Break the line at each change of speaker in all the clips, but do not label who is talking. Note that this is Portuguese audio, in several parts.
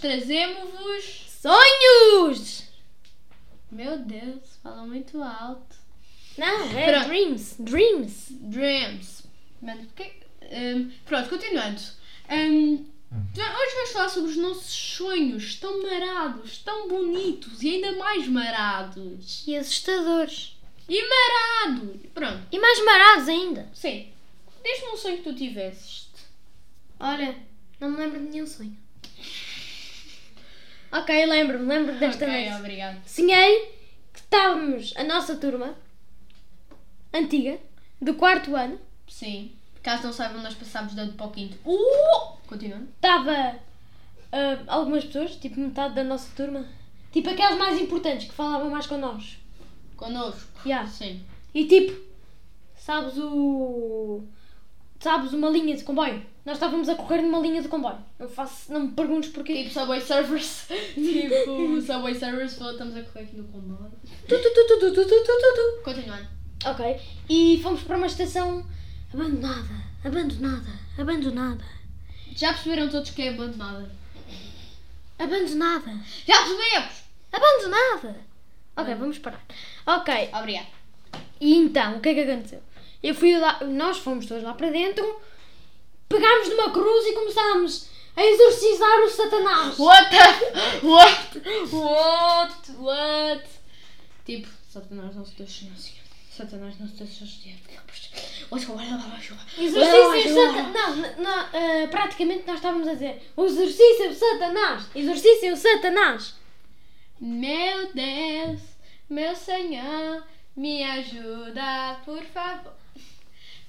Trazemos-vos.
Sonhos!
Meu Deus, fala muito alto.
Não, é
Pronto.
Dreams. Dreams.
Dreams. Mas porquê? Hum, pronto, continuando. Hum, hoje vamos falar sobre os nossos sonhos tão marados, tão bonitos e ainda mais marados.
E assustadores.
E marado! Pronto,
E mais marados ainda.
sim. Diz-me um sonho que tu tivesses.
Olha, não me lembro de nenhum sonho. Ok, lembro-me, lembro desta
Ok,
noite.
obrigado.
Sonhei que estávamos, a nossa turma, antiga, do quarto ano,
Sim. Caso não saibam, nós passámos de ano para o quinto. Uh! Continuando.
estava ah, algumas pessoas, tipo metade da nossa turma, tipo aquelas mais importantes que falavam mais com nós.
Connosco.
Yeah.
Sim.
E tipo, sabes o. Sabes uma linha de comboio? Nós estávamos a correr numa linha de comboio. Não, faço, não me perguntes porquê.
Tipo Subway Servers. tipo Subway Servers. falou, Estamos a correr aqui no comboio.
Tu, tu, tu, tu, tu, tu, tu, tu, tu.
Continuando.
Ok. E fomos para uma estação abandonada, abandonada, abandonada,
Já perceberam todos que é abandonada?
abandonada,
Já percebemos!
abandonada. Ok, vamos parar. Ok.
Obrigado.
E então, o que é que aconteceu? Eu fui lá, nós fomos todos lá para dentro, pegámos numa cruz e começámos a exorcizar o Satanás.
What the... What? What? What? Tipo, Satanás não se deixa chatear. Satanás não se deixa chatear. Olha, olha lá,
Exorcício
olha lá.
Satanás. Não, não, não, ah, praticamente nós estávamos a dizer exorcício Satanás, exorcício Satanás.
Meu Deus, meu Senhor, me ajuda, por favor.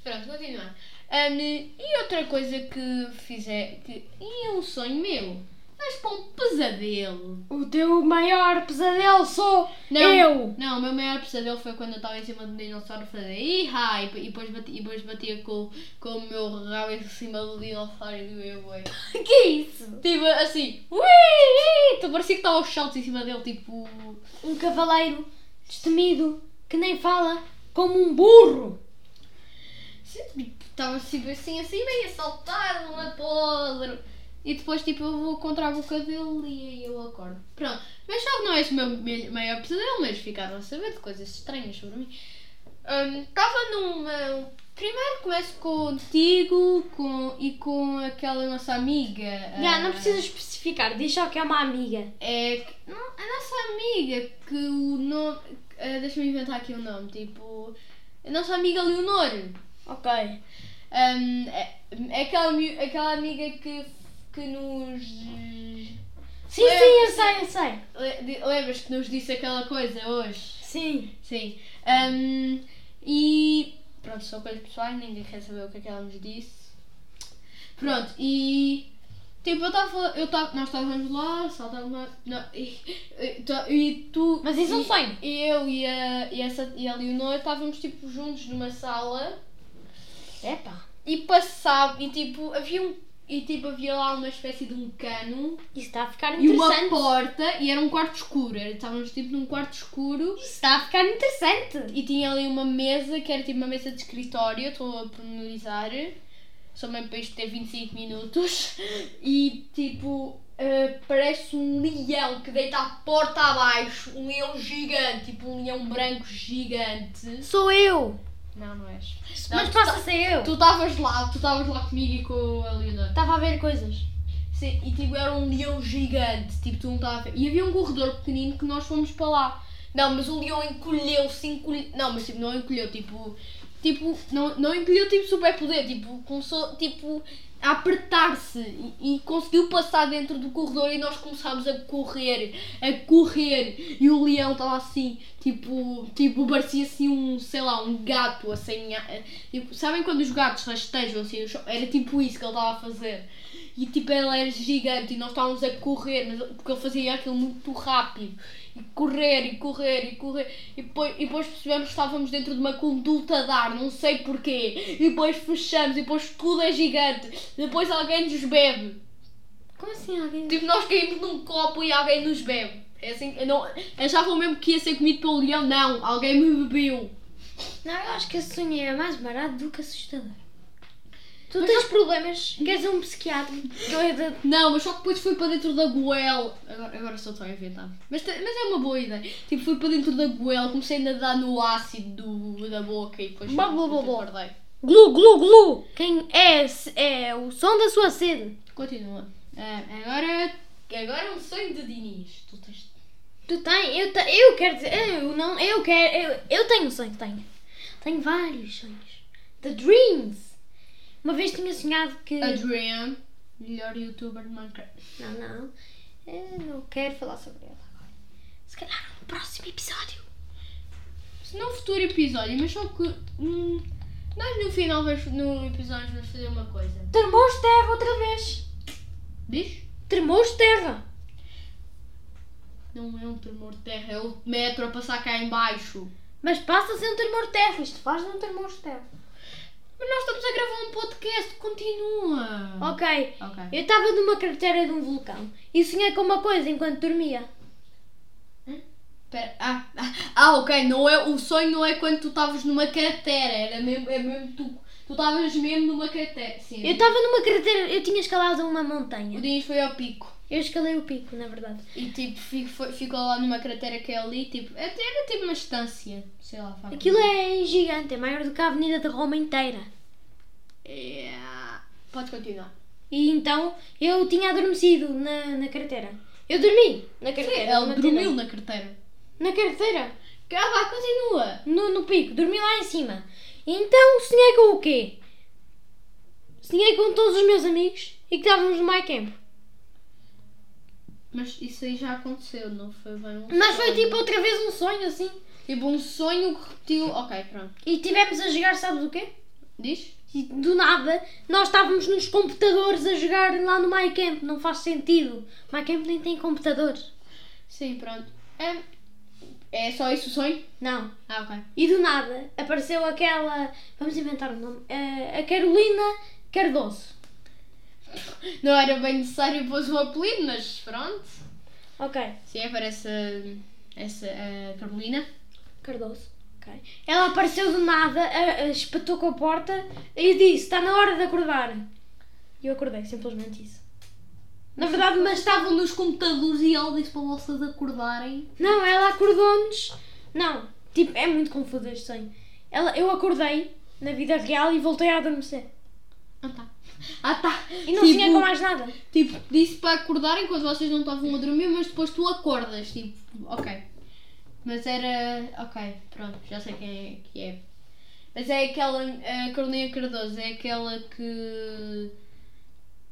Pronto, continuar. e outra coisa que fizer. Que, e é um sonho meu. Mas para um pesadelo.
O teu maior pesadelo sou eu.
Não, o meu maior pesadelo foi quando eu estava em cima de um dinossauro a fazer iha! E, e depois batia, e depois batia com, com o meu rabo em cima do dinossauro e do meu boi.
Que é isso?
Tipo assim, ui, ui, tu tipo, parecia que estava aos saltos em cima dele, tipo.
Um cavaleiro destemido que nem fala como um burro.
Estava assim, assim, assim, meio a saltar de um lado para o outro. E depois, tipo, eu vou contra a boca dele e aí eu acordo. Pronto. Mas só que não é esse o meu me- maior pesadelo, mas ficaram a saber de coisas estranhas sobre mim. Hum, Estava numa. Primeiro começo contigo com, e com aquela nossa amiga.
Já, não
ah,
precisas especificar, diz só que é uma amiga.
É. que- Não, a nossa amiga que o nome. ah, Deixa-me inventar aqui o nome. Tipo. A nossa amiga Leonor.
Ok.
Hum, é, é aquela, mi- aquela amiga que, que nos.
Sim, sim, eu sei, eu sei.
le- de- Lembras que nos disse aquela coisa hoje?
Sim.
Sim. Hum, e. Pronto, são coisas pessoais, ninguém quer saber o que é que ela nos disse. Pronto, e. Tipo, eu estava. Eu tava, nós estávamos lá, saltávamos lá. não, E, e, tá- e tu.
Mas isso é um
e-
sonho.
E eu e a, e, essa, e a Leonor estávamos tipo juntos numa sala.
Epá.
e passava e tipo havia um e tipo havia lá uma espécie de um cano
Isso está a ficar
e uma
interessante.
porta e era um quarto escuro era- estávamos tipo num quarto escuro
Isso está a ficar interessante.
e tinha ali uma mesa que era tipo uma mesa de escritório estou a pormenorizar só mesmo para isto ter 25 minutos e tipo eh, parece um leão que deita a porta abaixo um leão gigante tipo um leão branco gigante
Sou eu.
não não és
Mas
tu tá-
passa a ser eu.
tu estavas lá tu estavas lá comigo e com a Leonor
Estava a ver coisas.
Sim, e tipo, era um leão gigante, tipo, tu não estava a ver. E havia um corredor pequenino que nós fomos para lá. Não, mas o leão encolheu-se, encolheu. Não, mas tipo, não encolheu, tipo. Tipo, não, não encolheu, tipo, super poder. Tipo, começou, tipo, a apertar-se e, e conseguiu passar dentro do corredor e nós começámos a correr, a correr. E o leão estava assim, tipo, tipo, parecia assim um, sei lá, um gato, assim. a- Tipo, sabem quando os gatos rastejam assim no chão? Era tipo isso que ele estava a fazer. E tipo, ele era gigante e nós estávamos a correr, mas, ele- porque ele fazia aquilo muito rápido. E correr, e correr, e correr. E depois, e depois percebemos que estávamos dentro de uma conduta de ar, não sei porquê. E depois fechamos, e depois tudo é gigante. Depois alguém nos bebe.
Como assim alguém?
Tipo, nós caímos num copo e alguém nos bebe. É assim, eu não, achavam mesmo que ia ser comido pelo leão? Não, alguém me bebeu.
é Não, eu acho que esse sonho era mais barato do que assustador. Tu tens problemas, queres um psiquiatra? Eu é de-
Não, mas só que depois fui para dentro da Goel. Agora, agora só estou a inventar. Mas, te- mas é uma boa ideia. Tipo, fui para dentro da Goel, comecei a nadar no ácido do- da boca e depois.
Blá, blá, blá, blá.
acordei.
Glu, glu, glu! Quem é, esse- é o som da sua sede?
Continua. Ah, agora. Agora é um sonho de Dinis. Tu tens.
Tu tens, eu, te- eu quero dizer, eu não, eu quero, eu, eu tenho um sonho, tenho. Tenho vários sonhos. The Dreams! Uma vez tinha sonhado que.
Adrian, melhor youtuber de Minecraft.
Não, não. Eu não quero falar sobre ela agora. Se calhar no próximo episódio.
Se não, futuro episódio, mas só que. hum, nós no final, vamos- no episódio, vamos fazer uma coisa.
Termos terra outra vez.
Diz?
Termos terra.
Não é um tremor de terra, é o metro a passar cá em baixo.
Mas passa a ser um termos terra. Isto faz de um termos terra.
Mas nós estamos a gravar um podcast, continua.
Ok.
Ok.
Eu estava numa cratera de um vulcão e sonhei com uma coisa enquanto dormia.
Pera, ah, ah, ah, ok, não é, o sonho não é quando tu estavas numa cratera, era mesmo, é mesmo tu, tu estavas mesmo numa cratera, sim.
Eu estava numa cratera, eu tinha escalado uma montanha.
O Dinis foi ao pico
Eu escalei o pico, na verdade.
e tipo fi- foi- ficou lá numa cratera que é ali, tipo, é- era tipo uma estância, sei lá. fala.
Aquilo é gigante, é maior do que a avenida de Roma inteira.
é- Yeah. Pode continuar.
E então eu tinha adormecido na, na cratera. Eu dormi na
Sim,
cratera.
ele
não
dormiu
tive-
na cratera.
Na cratera,
Cá vá, continua.
no, no pico, dormi lá em cima. E então sonhei com o quê? Sonhei com todos os meus amigos e que estávamos no My Camp.
Mas isso aí já aconteceu, não foi bem um
Mas foi
sonho.
tipo outra vez um sonho assim.
Tipo um sonho que repetiu. Ok, pronto.
E tivemos a jogar, sabes o quê?
Diz?
E do nada, nós estávamos nos computadores a jogar lá no My Camp. Não faz sentido. My Camp nem tem computador.
Sim, pronto. É, é só isso o sonho?
Não.
Ah, ok.
E do nada apareceu aquela. Vamos inventar um nome. eh, a Carolina Cardoso.
Não era bem necessário pôr o apelido, mas pronto.
Ok.
Sim, aparece hum, essa a Carolina.
Cardoso. ok. Ela apareceu do nada, a- a- espetou com a porta e disse: Está na hora de acordar. E eu acordei, simplesmente isso. Na verdade, mas estava.
Estavam nos computadores e ela disse para vocês acordarem.
Não, ela acordou-nos. Não, tipo, é muito confuso este sonho. Ela, eu acordei na vida real e voltei a adormecer.
Ah, tá. Ah, tá.
E não
tipo,
tinha com mais nada.
Tipo, disse para acordarem quando vocês não estavam a dormir, mas depois tu acordas. Tipo, ok. Mas era. Ok, pronto, já sei quem é que é. Mas é aquela. A Carolina Cardoso é aquela que.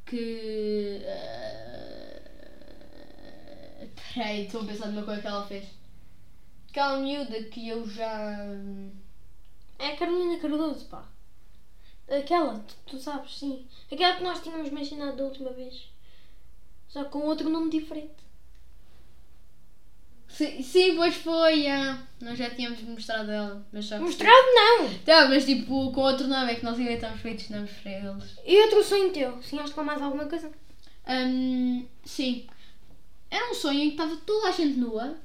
Que. ah, Peraí, estou a pensar numa coisa que ela fez. Aquela miúda que eu já.
É a Carolina Cardoso, pá. Aquela, tu, tu sabes, sim. Aquela que nós tínhamos mencionado da última vez. Só com outro nome diferente.
Sim, sim pois foi, ah, nós já tínhamos mostrado ela, mas só que-
Mostrado não!
Tá, mas tipo, com outro nome é que nós inventamos feitos nomes para eles.
E outro sonho teu? Sonhaste com mais alguma coisa?
Hum, sim. Era um sonho em que estava toda a gente nua.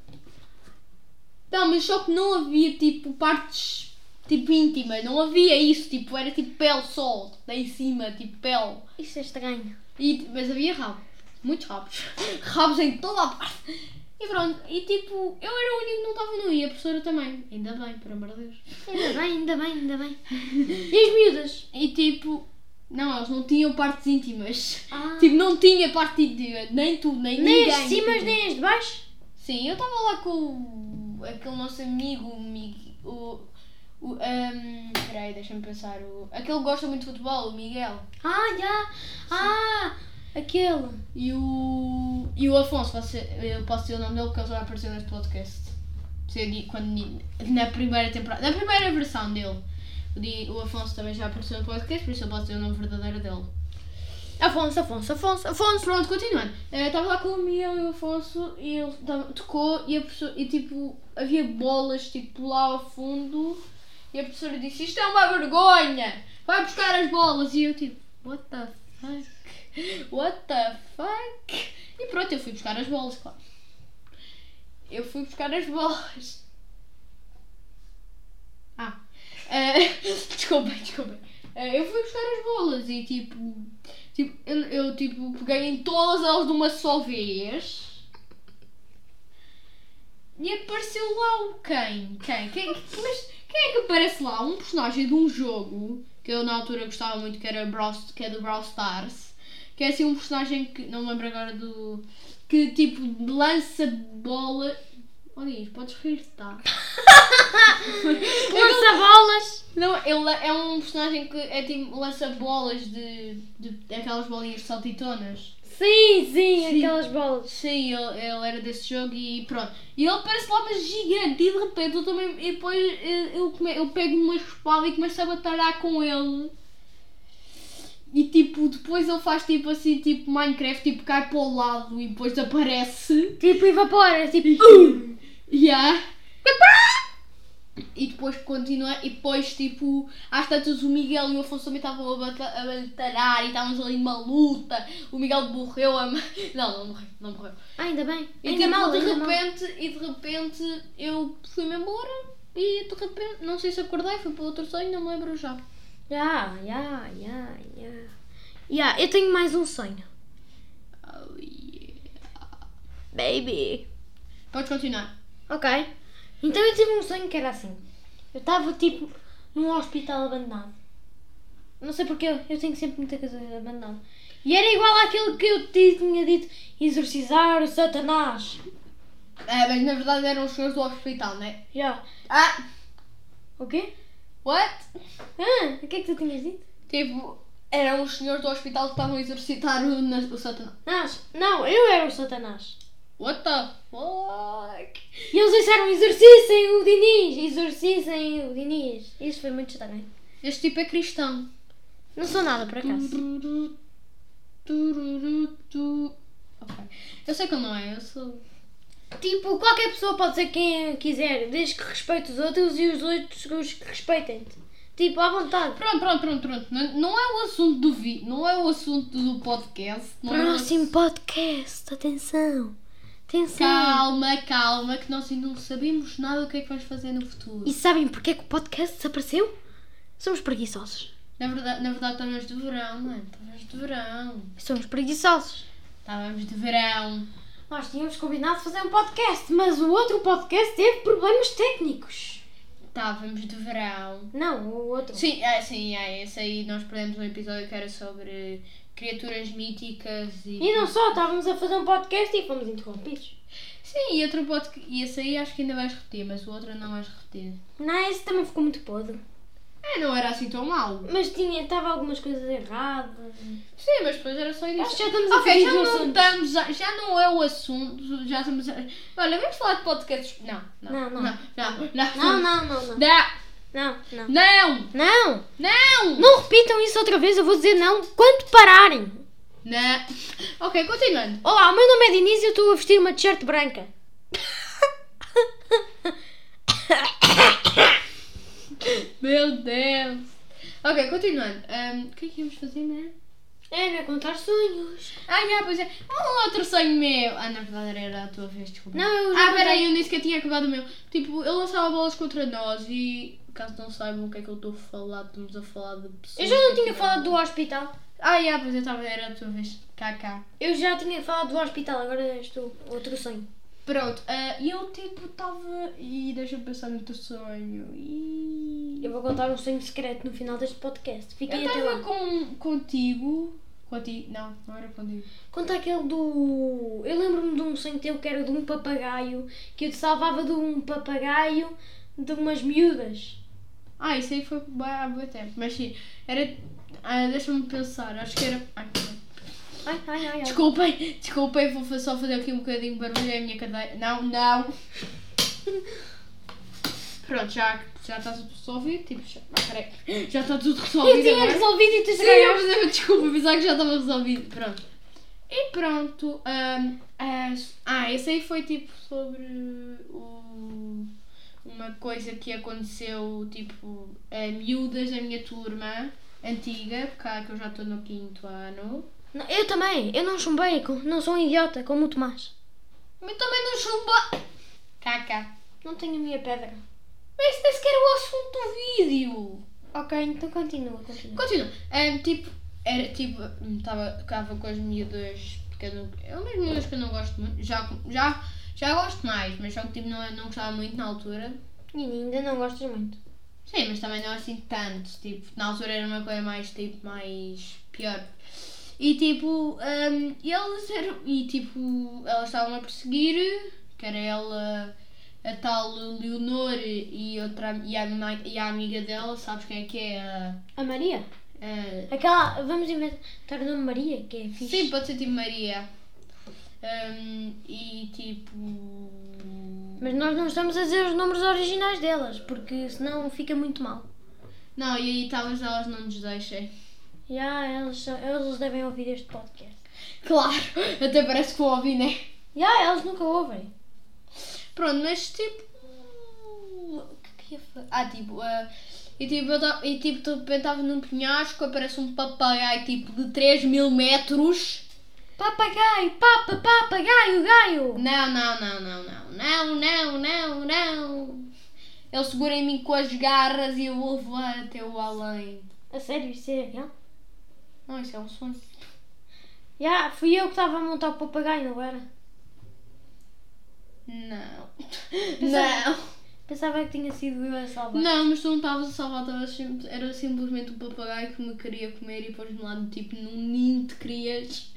Não, mas só que não havia tipo partes tipo íntimas, não havia isso, tipo, era tipo pele só, lá em cima, tipo pele.
Isso é estranho.
E, mas havia rabos, muitos rabos. Rabos em toda a parte. E pronto, e tipo, eu era o único que não estava nu e a professora também. Ainda bem, por amor de Deus.
Ainda bem, ainda bem, ainda bem. E as miúdas?
E tipo, não, eles não tinham partes íntimas.
Ah.
Tipo, não tinha parte íntima, nem tu, nem,
nem
ninguém. tipo.
as de cima, nem as de baixo?
Sim, eu estava lá com o- aquele nosso amigo, o Mig- o. o ahm, peraí, deixa-me pensar. O, aquele que gosta muito de futebol, o Miguel.
Ah, já. Ah, aquele.
E o. E o Afonso, você, eu posso dizer o nome dele porque ele já apareceu neste podcast. Se eu di- quando, ni- na primeira temporada. Na primeira versão dele. O, di- o Afonso também já apareceu no podcast, por isso eu posso dizer o nome verdadeiro dele.
Afonso, Afonso, Afonso, Afonso.
Pronto, continuando. Eh, Estava lá com o Miguel e o Afonso e ele tava- tocou e a professora, e tipo, havia bolas tipo lá ao fundo e a professora disse isto é uma vergonha, vai buscar as bolas e eu tipo, what the fuck, what the fuck e pronto, eu fui buscar as bolas, claro. Eu fui buscar as bolas. Ah, eh, desculpem, desculpem. Eh, eu fui buscar as bolas todas e tipo. tipo eu, eu, tipo peguei em todas elas de uma só vez. E apareceu lá o quem? Quem? quem mas quem é que aparece lá? Um personagem de um jogo que eu na altura gostava muito que era Brawl, que é do Brawl Stars. Que é assim um personagem que. não me lembro agora do. que tipo lança bola. Olha isso, podes rir, tá?
Lança bolas.
Não, ele é um personagem que é tipo lança bolas de, de, aquelas bolinhas de saltitonas.
Sim, sim,
Sim.
aquelas bolas.
Sim, ele, ele era desse jogo e pronto. E ele parece lá mas gigante e de repente eu também e depois eh, eu, come- eu pego uma espada e começo a batalhar com ele. E tipo, depois ele faz tipo assim, tipo Minecraft, tipo cai para o lado e depois aparece.
Tipo evapora, tipo. uh!
Yeah. E depois continua, e depois tipo, às tantas o Miguel e o Afonso também estavam a, bata- a batalhar e estávamos ali numa luta, o Miguel morreu, a... ma- não, não morreu, não morreu.
Ah, ainda bem.
E
ainda
tipo,
mal,
de
ainda mal.
repente, e de repente eu fui-me embora e de repente, não sei se acordei, fui para outro sonho, não me lembro já.
Já, já, já, já. Já, eu tenho mais um sonho.
Oh, yeah.
Baby.
Podes continuar.
Ok. Então eu tive um sonho que era assim. Eu estava tipo num hospital abandonado. Não sei porque eu, eu tenho sempre muita coisa abandonada. E era igual àquele que eu te tinha dito exorcizar o Satanás.
É, mas na verdade eram os senhores do hospital, né?
Já.
Ah,
O quê?
what?
Ah, o que é que tu tinhas dito?
Tipo, eram os senhores do hospital que estavam a exercitar o, na- o satanás.
Nós, não, eu era o Satanás.
What the fuck?
E eles disseram exorcizem o Diniz, exorcizem o Diniz. Isso foi muito estranho.
Este tipo é cristão.
Não sou nada, por acaso.
Tururu, tururu, tu. Ok. Eu sei que ele não é, eu sou.
Tipo, qualquer pessoa pode ser quem quiser, desde que respeite os outros e os outros os que respeitem-te. Tipo, à vontade.
Pronto, pronto, pronto, pronto. Não, não é o assunto do vi, não é o assunto do podcast. Não é o
Próximo
assunto-
podcast, atenção. Atenção.
Calma, calma, que nós ainda não sabemos nada do que é que vamos fazer no futuro.
E sabem porque é que o podcast desapareceu? Somos preguiçosos.
Na verdade, na verdade, estávamos de verão, mano. Estávamos de verão.
Somos preguiçosos.
Estávamos de verão.
Nós tínhamos combinado de fazer um podcast, mas o outro podcast teve problemas técnicos.
Estávamos de verão.
Não, o outro.
Sim, é, sim, é. Esse aí nós perdemos um episódio que era sobre criaturas míticas e.
E não só, estávamos a fazer um podcast e fomos interrompidos.
Sim, e outro podcast. E esse aí acho que ainda vais repetir, mas o outro não vais repetir.
Não, esse também ficou muito podre.
É, não era assim tão mau.
Mas tinha, estava algumas coisas erradas.
Sim, mas depois era só
Acho que
isso.
já estamos a
Ok,
fugir
já
do
não
assunto.
estamos. a- já não é o assunto. Já estamos. a- Olha, vamos falar de podcasts. Não, não.
Não, não.
Não, não. Não,
Não, não, não, não.
Não,
Não, não.
não.
Não!
Não.
Não repitam isso outra vez, eu vou dizer não quando pararem.
Não. Ok, continuando.
Olá, o meu nome é Diniz e eu estou a vestir uma t-shirt branca.
Meu Deus. Ok, continuando. Ahm, o que é que íamos fazer, né?
Era É, contar sonhos.
Ah, já, pois é. Um outro sonho meu. Ah, na verdade era a tua vez, desculpa.
Não, eu já
Ah,
contei.
peraí, eu nem sequer tinha acabado o meu. Tipo, ele lançava bolas contra nós e, caso não saibam o que é que eu estou a falar, estamos a falar de pessoas.
Eu já não
que
tinha
tiveram-
falado do hospital.
Ah, já, pois eu estava, era a tua vez. KK.
Eu já tinha falado do hospital, agora és tu. Outro sonho.
Pronto, ah, e eu tipo estava. E deixa-me pensar no teu sonho. E.
Eu vou contar um sonho secreto no final deste podcast.
Eu
Fiquem até lá.
estava com, contigo. Contigo. Não, não era contigo.
Conta aquele do. Eu lembro-me de um sonho teu que era de um papagaio, que eu te salvava de um papagaio de umas miúdas.
Ah, isso aí foi bué há muito tempo. Mas sim, era. Ah, deixa-me pensar, acho que era. Ai, peraí.
Ai, ai, ai, ai.
Desculpem, desculpem, vou fa- só fazer aqui um bocadinho de barulho é a minha cadeira. Não, não. Pronto, já, já está tudo resolvido. Tipo, já, ah, peraí. já está tudo resolvido.
Eu tinha
agora.
resolvido e tu
Sim, eu
estragaste.
percebi, desculpa, pensava que já estava resolvido. Pronto. E pronto. hum, as- ah, esse aí foi tipo sobre o- uma coisa que aconteceu, tipo, a miúdas da minha turma antiga, porque há que eu já estou no quinto ano.
Não, Eu também, eu não chumbei, co- não sou um idiota como o Tomás.
Mas também não chumba. Caca.
Não tenho a minha pedra.
Mas esse nem sequer é o assunto do vídeo.
Ok, então continua, continua.
Continua. Hum, tipo, Era tipo, estava tocava com as miúdas, porque eu não- é umas miúdas que eu não gosto muito, já, já, já gosto mais, mas só que tipo, não, não gostava muito na altura.
E ainda não gostas muito.
Sim, mas também não assim tanto, tipo, na altura era uma coisa mais, tipo, mais pior. E tipo, hum, eles eram, e tipo, elas estavam a perseguir, que era ela, a tal Leonor e, outra, e, a, ma- e a amiga dela, sabes quem é que é? A,
A Maria?
a-
Aquela. Vamos inventar o nome Maria, que é fixe.
Sim, pode ser tipo Maria. Hum, e tipo.
Mas nós não estamos a dizer os números originais delas, porque senão fica muito mal.
Não, e aí talvez elas não nos deixem.
Já, eles, são- eles devem ouvir este podcast.
Claro, até parece que vou ouvir, né?
Já, eles nunca ouvem.
Pronto, mas tipo. O que é que ia fa- Ah, tipo. ah, e tipo, eu ta- e, tipo, de repente estava num penhasco, aparece um papagaio tipo de 3 mil metros.
Papagaio, papa, papagaio, gaio.
Não, não, não, não, não, não, não, não, não. Ele segura em mim com as garras e eu vou voar até o além.
A sério, isso é real?
Não, isso é um sonho.
Já, fui eu que estava a montar o papagaio, não era?
Não.
Pensava- Pensava que tinha sido eu a salvar.
Não, mas tu não estavas a salvar, estavas sim- era simplesmente o papagaio que me queria comer e pôs-me lá, tipo, num ninho de crias.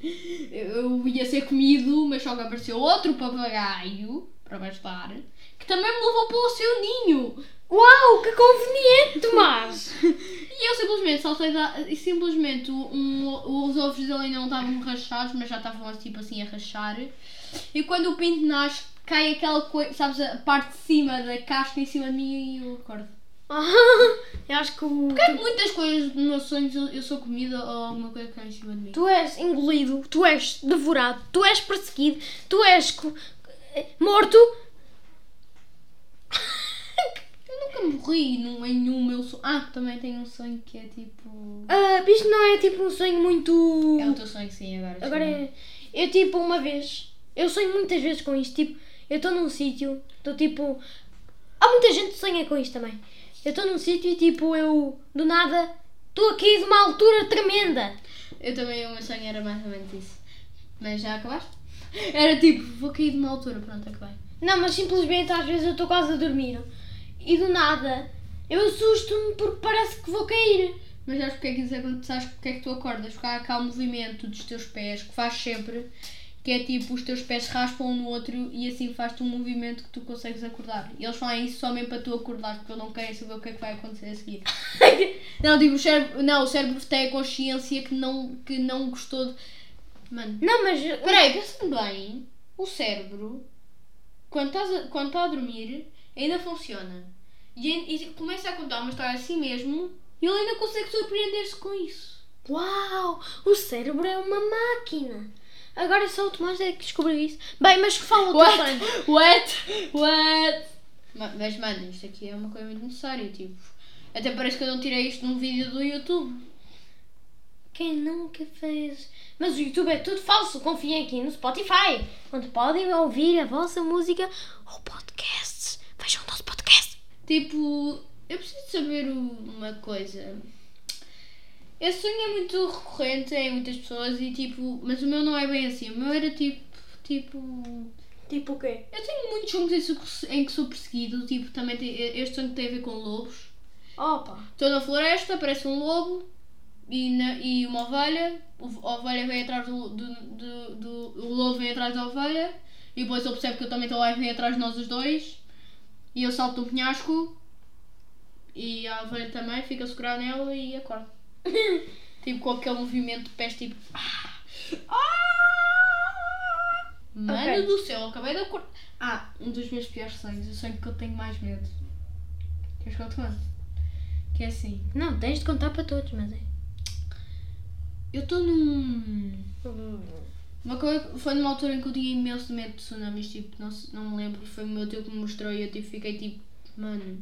Eu eu ia ser comido, mas só que apareceu outro papagaio, para bastar, que também me levou para o seu ninho.
Uau, que conveniente, Tomás!
E eu simplesmente saltei da... E simplesmente um- os ovos dele ainda não estavam rachados, mas já estavam, tipo, assim, a rachar. E quando o pinto nasce, cai aquela coisa, sabes, a parte de cima da casca em cima de mim e eu acordo.
Ah, eu acho que o...
Porque muitas coisas nos meus sonhos eu, eu sou comida ou alguma coisa que cai em cima de mim.
Tu és engolido, tu és devorado, tu és perseguido, tu és co- morto.
Eu nunca morri num, em nenhum meu sonho. Ah, também tenho um sonho que é tipo.
Ah, isto não é tipo um sonho muito.
É o teu sonho, sim, agora.
Agora
sim.
é. Eu tipo uma vez. Eu sonho muitas vezes com isto. Tipo, eu estou num sítio, estou tipo. Há muita gente que sonha com isto também. Eu estou num sítio e tipo, eu do nada estou aqui de uma altura tremenda.
Eu também, o meu sonho era mais ou menos isso. Mas já acabaste? Era tipo, vou cair de uma altura, pronto, acabei.
Não, mas simplesmente às vezes eu estou quase a dormir e do nada eu assusto-me porque parece que vou cair.
Mas sabes porque é que isso acontece? Sabes porque é que tu acordas? Porque há cá um movimento dos teus pés que faz sempre, que é tipo os teus pés raspam um no outro e assim faz-te um movimento que tu consegues acordar. E eles fazem isso só mesmo para tu acordares, porque eu não quero saber o que é que vai acontecer a seguir. não, digo, o cérebro, não, o cérebro tem a consciência que não, que não gostou de. Mano,
Não, mas
peraí, pensando bem, o cérebro, quando estás a, quando está a dormir, ainda funciona. E, ain- e começa a contar uma história a si mesmo e ele ainda consegue surpreender-se com isso.
Uau! O cérebro é uma máquina! Agora só o Tomás é que descobriu isso. Bem, mas fala o teu sonho.
What? What? Ma- Mas, mano, isto aqui é uma coisa muito necessária, tipo... Até parece que eu não tirei isto num vídeo do YouTube.
Quem nunca fez? Mas o YouTube é tudo falso. Confiem aqui no Spotify, onde podem ouvir a vossa música ou podcasts. Vejam o nosso podcast.
Tipo, eu preciso saber o- uma coisa. Esse sonho é muito recorrente em muitas pessoas e, tipo... Mas o meu não é bem assim. O meu era, tipo... Tipo...
Tipo o quê?
Eu tenho muitos sonhos em su- em que sou perseguido. Tipo, também tem, este sonho tem a ver com lobos.
Opa!
Estou na floresta, aparece um lobo e, na- e uma ovelha. O- A ovelha vem atrás do, do, do, do- O lobo vem atrás da ovelha. E depois eu percebo que eu também estou lá e vem atrás de nós os dois. E eu salto um penhasco. E a ovelha também fica a segurar nela e acorda. tipo com aquele movimento de pés tipo. "Ah! Ah!" Mano
Ok.
do céu, eu acabei de acordar. Ah, um dos meus piores sonhos, o sonho que eu tenho mais medo. Queres que eu te mande? Que é assim.
Não, tens de contar para todos, mas é.
Eu estou num.
Hum.
Uma coisa, foi numa altura em que eu tinha imenso medo de tsunamis, tipo, não, se- não me lembro, foi o meu tio que me mostrou e eu tipo, fiquei tipo, mano,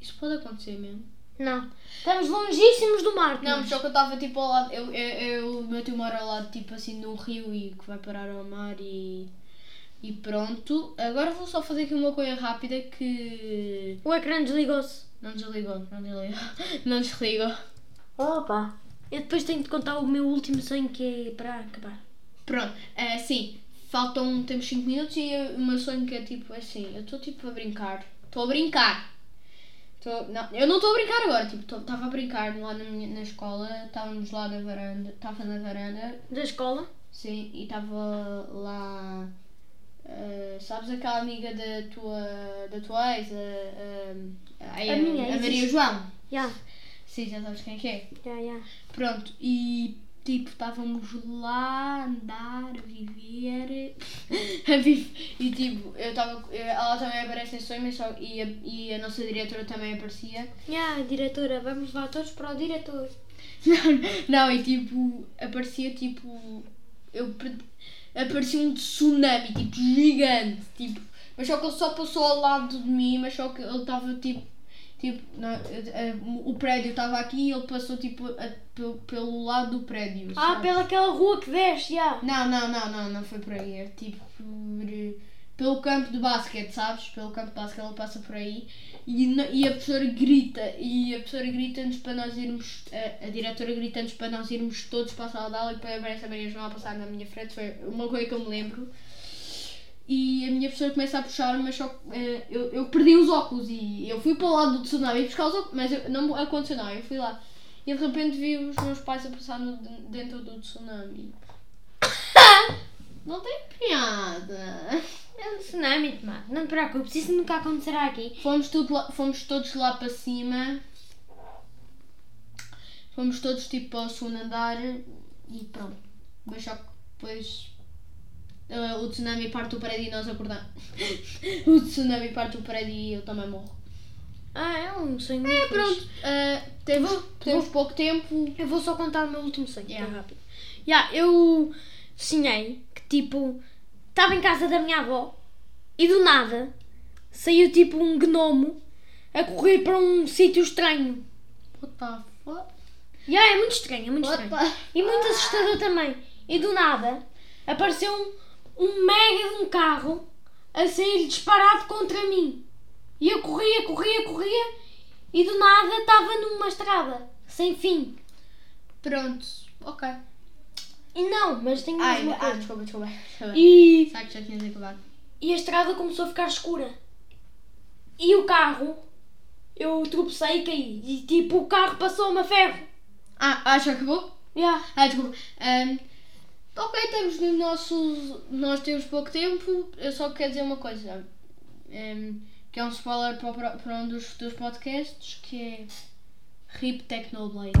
isso pode acontecer mesmo?
Não. Estamos longíssimos do mar.
Não,
Tomás.
mas só que eu estava tipo ao lado, eu, eu, eu- o meu tio mora ao lado, tipo assim, de um rio e que vai parar ao mar e. e pronto. Agora vou só fazer aqui uma coisa rápida que.
O ecrã desligou-se.
não desligou, não desligou, não desligou.
Opa! Eu depois tenho de contar o meu último sonho que é para acabar.
Pronto, é assim, faltam, temos 5 minutos e eu- o meu sonho que é tipo assim, eu estou tipo a brincar, estou a brincar. Tô- não, eu não estou a brincar agora, tipo, estava a brincar lá na, minha- na escola, estávamos lá na varanda, estava na varanda,
Da escola?
sim, e estava lá, ah, sabes aquela amiga da tua, da tua ex, a, a, a,
A minha ex.
a Maria João?
Já,
Sim, já sabes quem que é.
já, já.
Pronto, e tipo, estávamos lá a andar, a viver. a vive- E tipo, eu estava. Ela também aparece nesse sonho, mas só. E a, e a nossa diretora também aparecia.
Já, diretora, vamos lá todos para o diretor.
Não, não, e tipo, aparecia tipo. Eu, per- aparecia um tsunami, tipo, gigante, tipo. Mas só que ele só passou ao lado de mim, mas só que ele estava tipo. Tipo, não, eh, eh, o prédio estava aqui e ele passou tipo a- pelo, pelo lado do prédio.
Ah,
sabes?
pela aquela rua que desce, já.
Não, não, não, não, não foi por aí. É tipo por, eh, pelo campo de basquete, sabes? Pelo campo de basquete ele passa por aí e, no- e a professora grita. E a professora grita-nos para nós irmos, a, a diretora grita-nos para nós irmos todos para a sala de aula e depois aparece a Maria João a passar na minha frente. Foi uma coisa que eu me lembro. E a minha professora começa a puxar, mas só que, eh, eu, eu perdi os óculos e eu fui para o lado do tsunami buscar os óculos, mas eu- não aconteceu nada, eu fui lá. E de repente vi os meus pais a passar no- dentro do tsunami. Não tem piada.
É um tsunami, tomate. Não te preocupes, isso nunca acontecerá aqui.
Fomos, tudo lá- fomos todos lá para cima. Fomos todos tipo ao segundo andar e pronto. Mas só que depois eh, o tsunami parte o prédio e nós acordamos. o tsunami parte o prédio e eu também morro.
Ah, é um sonho muito
É, pronto. eh, temos, temos pouco tempo.
Eu vou só contar o meu último sonho, que
Yeah.
é rápido. Yeah, eu sonhei que tipo estava em casa da minha avó e do nada saiu tipo um gnomo a correr para um sítio estranho.
What the fuck?
Yeah, é muito estranho, é muito
What
estranho.
the-
E muito assustador também. E do nada apareceu um, um mega de um carro a sair disparado contra mim. E eu corria, corria, corria e do nada estava numa estrada sem fim.
Pronto. Ok.
E não, mas tenho mais
Ai,
uma
ah,
coisa.
desculpa, desculpa.
E,
Sabe que já tinhas acabado.
e a estrada começou a ficar escura. E o carro, eu tropecei e caí. E tipo, o carro passou-me a ferro.
Ah, ah, já acabou?
Yeah.
Ah, desculpa. Ahm, ok, temos no nosso. Nós temos pouco tempo. Eu só quero dizer uma coisa. ahm, que é um spoiler para, o pro- para um dos futuros podcasts que é RIP Technoblade.